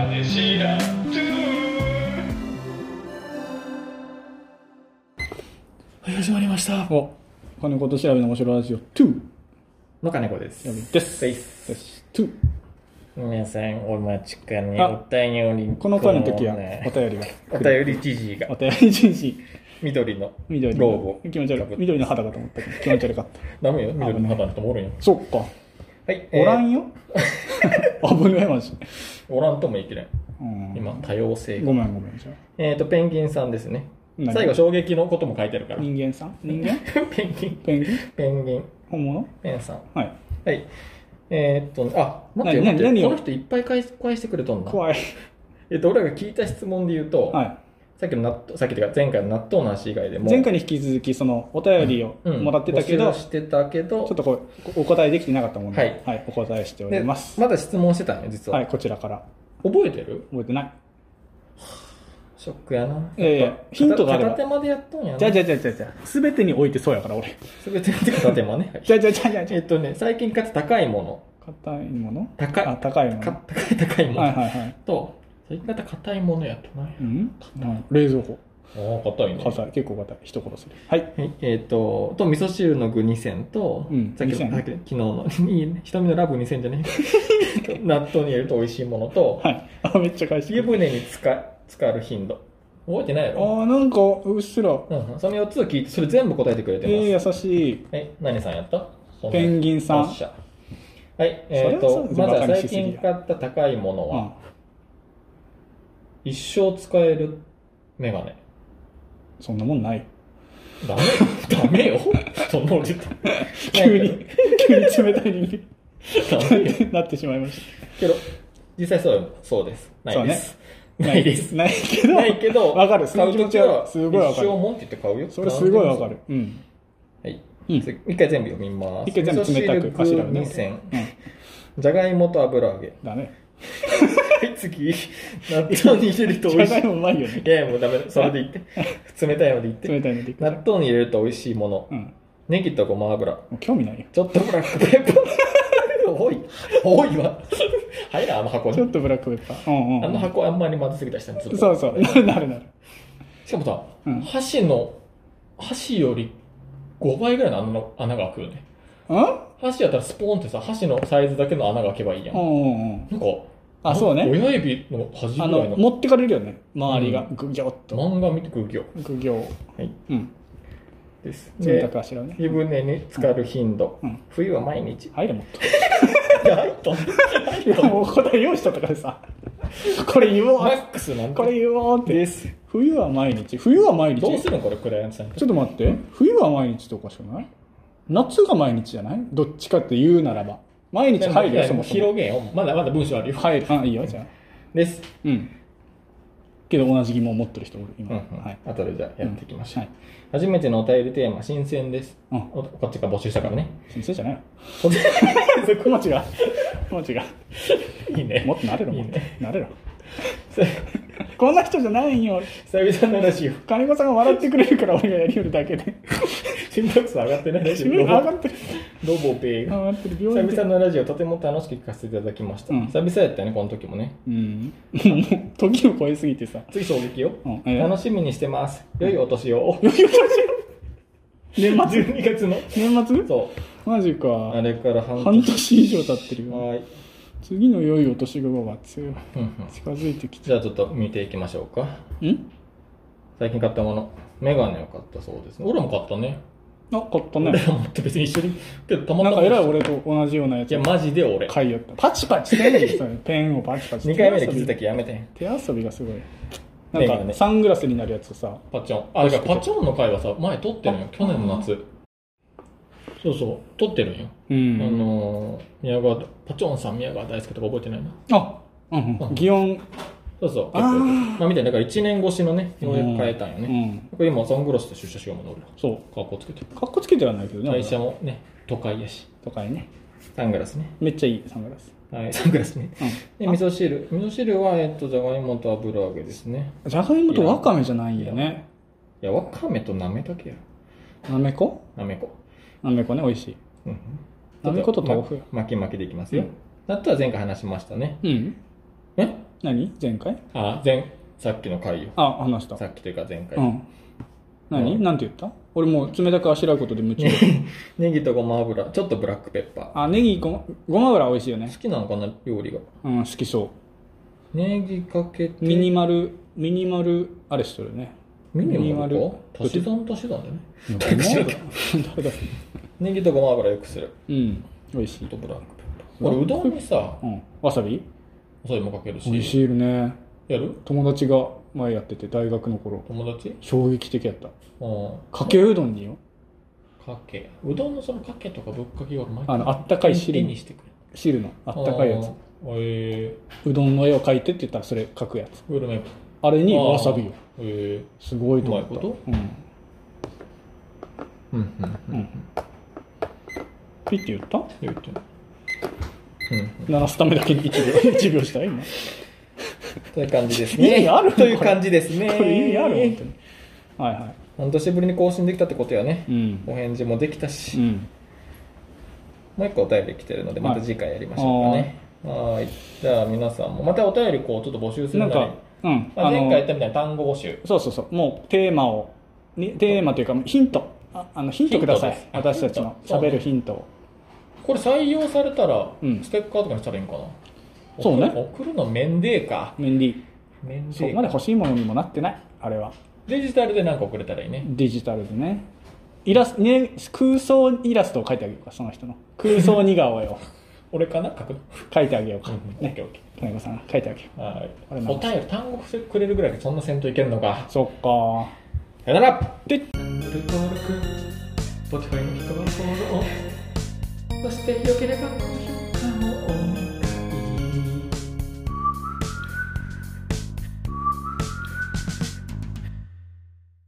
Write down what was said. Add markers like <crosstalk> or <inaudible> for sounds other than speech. シアトはい、始まりました。お、金子と調べの面白いラジオ2の金子です。です。はいです。2。皆さんお待ちかね。あお便りにこの回の時はおね便りが。お便り知事がお便り人士、緑の緑の。ローブを気持ち悪い。緑の肌かと思ったけど、気持ち悪かった。ダメよ、緑の肌の人もおるんよ。そっか。はい、おらえん <laughs> よ。危ねえ、マジ。ーおらんともいけない。うん今、多様性ごが。めんごめん、じゃあえっと、ペンギンさんですね何。最後、衝撃のことも書いてあるから。人間さん人間ペンギン、ペンギンペンギン、本物ペンさん。はい。はい。えーっと、あ、待って何よ、待っ何てをよこの人いっぱい返し返してくれとんだ。怖い。えっと、俺らが聞いた質問で言うと、はい。さっきの納豆、さっきというか前回の納豆の話以外でも、前回に引き続き、その、お便りをうんもらってたけ募ど、集ちしてたけどょっとこう、お答えできてなかったもんで、はいはい、お答えしておりでま。ますだ質問してたんよ実は、はい、こちらから。覚えてる覚えてない。ショックやなええやっぱヒントがあれば片手間でやっとんやなじゃあじゃあじゃあじゃあじゃあ、すべてにおいてそうやから、俺。全てって片手間ねじゃあじゃあじゃあじゃあじえゃっとね最近買った高いものあ。硬いもの高いあ、高いもかの。高い高いもの、はいはいはい。と最近買った硬いものやとなんやうん、はい冷蔵庫。ああ硬いね硬い。結構硬い。人殺せる。はい。はい、えっ、と、と、味噌汁の具2選と、うんさっき二の、選さっき昨日の、いいね、瞳のラブ2選じゃ <laughs> ねえ納豆に入れると美味しいものと、はい。 <laughs> あ、めっちゃ返して湯くる。船につか、浸かる頻度。覚えてないやあろー、なんか、うっすら。うんうん、その4つを聞いて、それ全部答えてくれてえます。ー、優しい。はい、何さんやったペンギンさんよっしゃはい、えっ、それはとさ、まず馬は鹿にし最すぎや近買った高いものうんは、。一生使えるメガネ。そんなもんない。ダ <laughs> メダメよその時点。急に、 <laughs> 急に冷たい人ダメよ。間になってしまいましけど、実際そうよ、そうです。ないです。た。 <laughs> ないです。ないけど、ないけど、わかる。そ買のう気と持きちはは、すごいわか一る生。もんって言って買うよ。それすごいわかる。うん。はい。うん次一回全部読みます。一回全部冷たく味噌汁頭ね具二選うん。じゃがいもと油揚げ。だね。はい、次。納豆に入れるとじ美ゃ味がしいい。もうまいよね。いやいやもうダメだそれで言って。冷たいので言 <laughs> 冷って。たいのでいく納豆に入れると美味しいものう。ん。ネギとごま油。もう興味ないよ。ちょっとブラックペッパー。多い。多いわ。入らん、あの箱ちょっに。とブラックペッパー。うんうんうん、あの箱あんまり混ぜすぎたりしたのずっとそうそう。なる <laughs> なるなる。しかもさ、うん箸の、箸より5倍ぐらいの穴の穴が開くよね。うん箸やったらスポーンってさ、箸のサイズだけの穴が開けばいいやん。うなんうんうん。んか、あ、そうね。親指の端ぐらあいのの、。持ってかれるよね。周りがう。ぐぎょっと。漫画見てくるよ。ぐぎょはい。うん。です。冷たでくあしらうね。湯船に浸かる頻度。うん冬は毎日。入れもっと。ライトライいや、トもう答え用意しとったからさ。これ言おマう。ックスなんこれ言おうって。です。冬は毎日。冬は毎日。どうするのこれ、クライアントさんにちょっと待って。冬は毎日っておかしくない夏が毎日じゃないどっちかって言うならば。毎日入るよ、そもそも。広げよ。まだまだ文章あるよ。入る。あ、いいよ、じゃあ。です。うん。けど同じ疑問を持ってる人おる、うんう今。ん。はい。後でじゃあやっていきましょう。はい。初めてのお便りテーマ、新鮮です。うんおこっちが募集し <laughs> たからね。先生じゃないよ。こっ <laughs> ち小町が、小町が、いいね。 <laughs> もっとなれろ、いもいっとね。。なれろ。さこんな人じゃないんよ。久々のラジオ。金子さんが笑ってくれるから俺がやりよるだけ <laughs> で。心拍数上がってないラジオ。上がってる。ロボペイ上が。がってる。久病院々で。のラジオ、とても楽しく聞かせていただきました。うん久々やったよね、この時もね。うん。もう時を超えすぎてさ。次、衝撃ようん。ええ楽しみにしてます。良いお <laughs> 年を。12年 <laughs> 末月の。年末そマジか。う。あれから半半年。年以上経ってるよ。はい。次の良いお年頃は強い。うんうん近づいてきて。じゃあちょっと見ていきましょうか。ん最近買ったもの。メガネを買ったそうですね。俺も買ったね。あ、買った俺 <laughs> ね。らもって別に一緒に。けどたまなたんま。か偉い俺と同じようなやいつや、マジで俺。買いよった。パチパチしてんねんそれペンをパチパチ。 2回目で気づいたきやめて。手遊びがすごいねなんかサングラスになるやつさパチョン。あ、だからパチョンの回はさ、前撮ってるんよ。去年の夏。そうそう、撮ってるんよ。うあのー、宮川だ、パチョンさん宮川大輔とか覚えてないな。あうんうん擬音そうそう、あー結構まあ、みたいな、だから1年越しのね、ようやく変えたんよね。うんこれ今、サングラスで出社しようもんな、俺ら。そ格好つけて。うかっこつけてはないけどね会社もね、都会やし。とかにねサングラスね。めっちゃいいサングラスはい、サング <laughs> ラスね。で、うん味噌汁。味噌汁は、えっと、じゃがいもと油揚げですね。あじゃがいもとわかめじゃないんやねいや、わかめとなめたけや。なめこなめこ。なめこね美味しいうん。なめこと豆腐ま巻き巻きでいきますよ。うん納豆は前回話しましたね。うんえ何前回あ、前、さっきの回よ。あ、話した。さっきというか前回。うん。何、うんなんて言った俺もう冷たくあしらうことで夢中。 <laughs> ネギとごま油、ちょっとブラックペッパあ、ネギごま、ごま油美味しいよー。ね好。きなのかな、料理が。うん、好きそネギかけて。う。ミニマル、ミニマル、あれしとる <laughs> ね。ミニマルミニかマル足し算足し算だね。ごま油誰だネギとごま油よくする。うん、美味しちょいっ。とブラックペッパー。俺、うどんにさ、うん。わさびお酒もかけるし。美味しいよね。やる友達が前やってて、大学の頃。友達衝撃的やった。うかけうどんによ。ん。かけ。うどんのそのかけとかぶっかけが俺毎あのあったかい汁手にしてくれ。汁のあったかいやあつ。ー。えうどんの絵を描いてって言ったらそれ描くやつ。ー、グルメ。あれにあーわさびよ。えすごいと思った。うまいこうん。ー。うんうんうん。うん。ピッて言った言うてるうん。鳴らすためだけに1秒、 <laughs> 一秒した今。という感じです意味ね。あるという感じですね。これ意味ある本当に。はいはい。半年ぶりに更新できたってことやねう。ん。お返事もできたうし、ん。もう一個お便り来てるので、はいまた次回やりましょうかね。はーい。じゃあ皆さんも、またお便りこう、ちょっと募集するなのんで、か、うん。まあ、前回言ったみたいに単語募集。そうそうそう、もうテーマを、にテーマというか、ヒント、ああのヒントくださヒンい、トで私すたちのヒント喋るヒントを。これ採用されたら、うんステッカーとかにしたらいいんかな。そうね送る送るの面でか。メンディー、面そでこまでか。欲しいものにもなってない、あれは、デジタルでなんか送れたらいいね。デジタルでね。イラスね、空想イラストを描いてあげようか、その人の。空想似顔絵を俺かな書くの。描いてあげよううかん。 <laughs> オッねケ、ーオッケ金子さん、描いてあげよー。はい。俺おも便り、単語くれるぐらいでそんなせんといけるのかう。。そっかさよならでル登録、Spotify の聞く番号を押してよければ、この日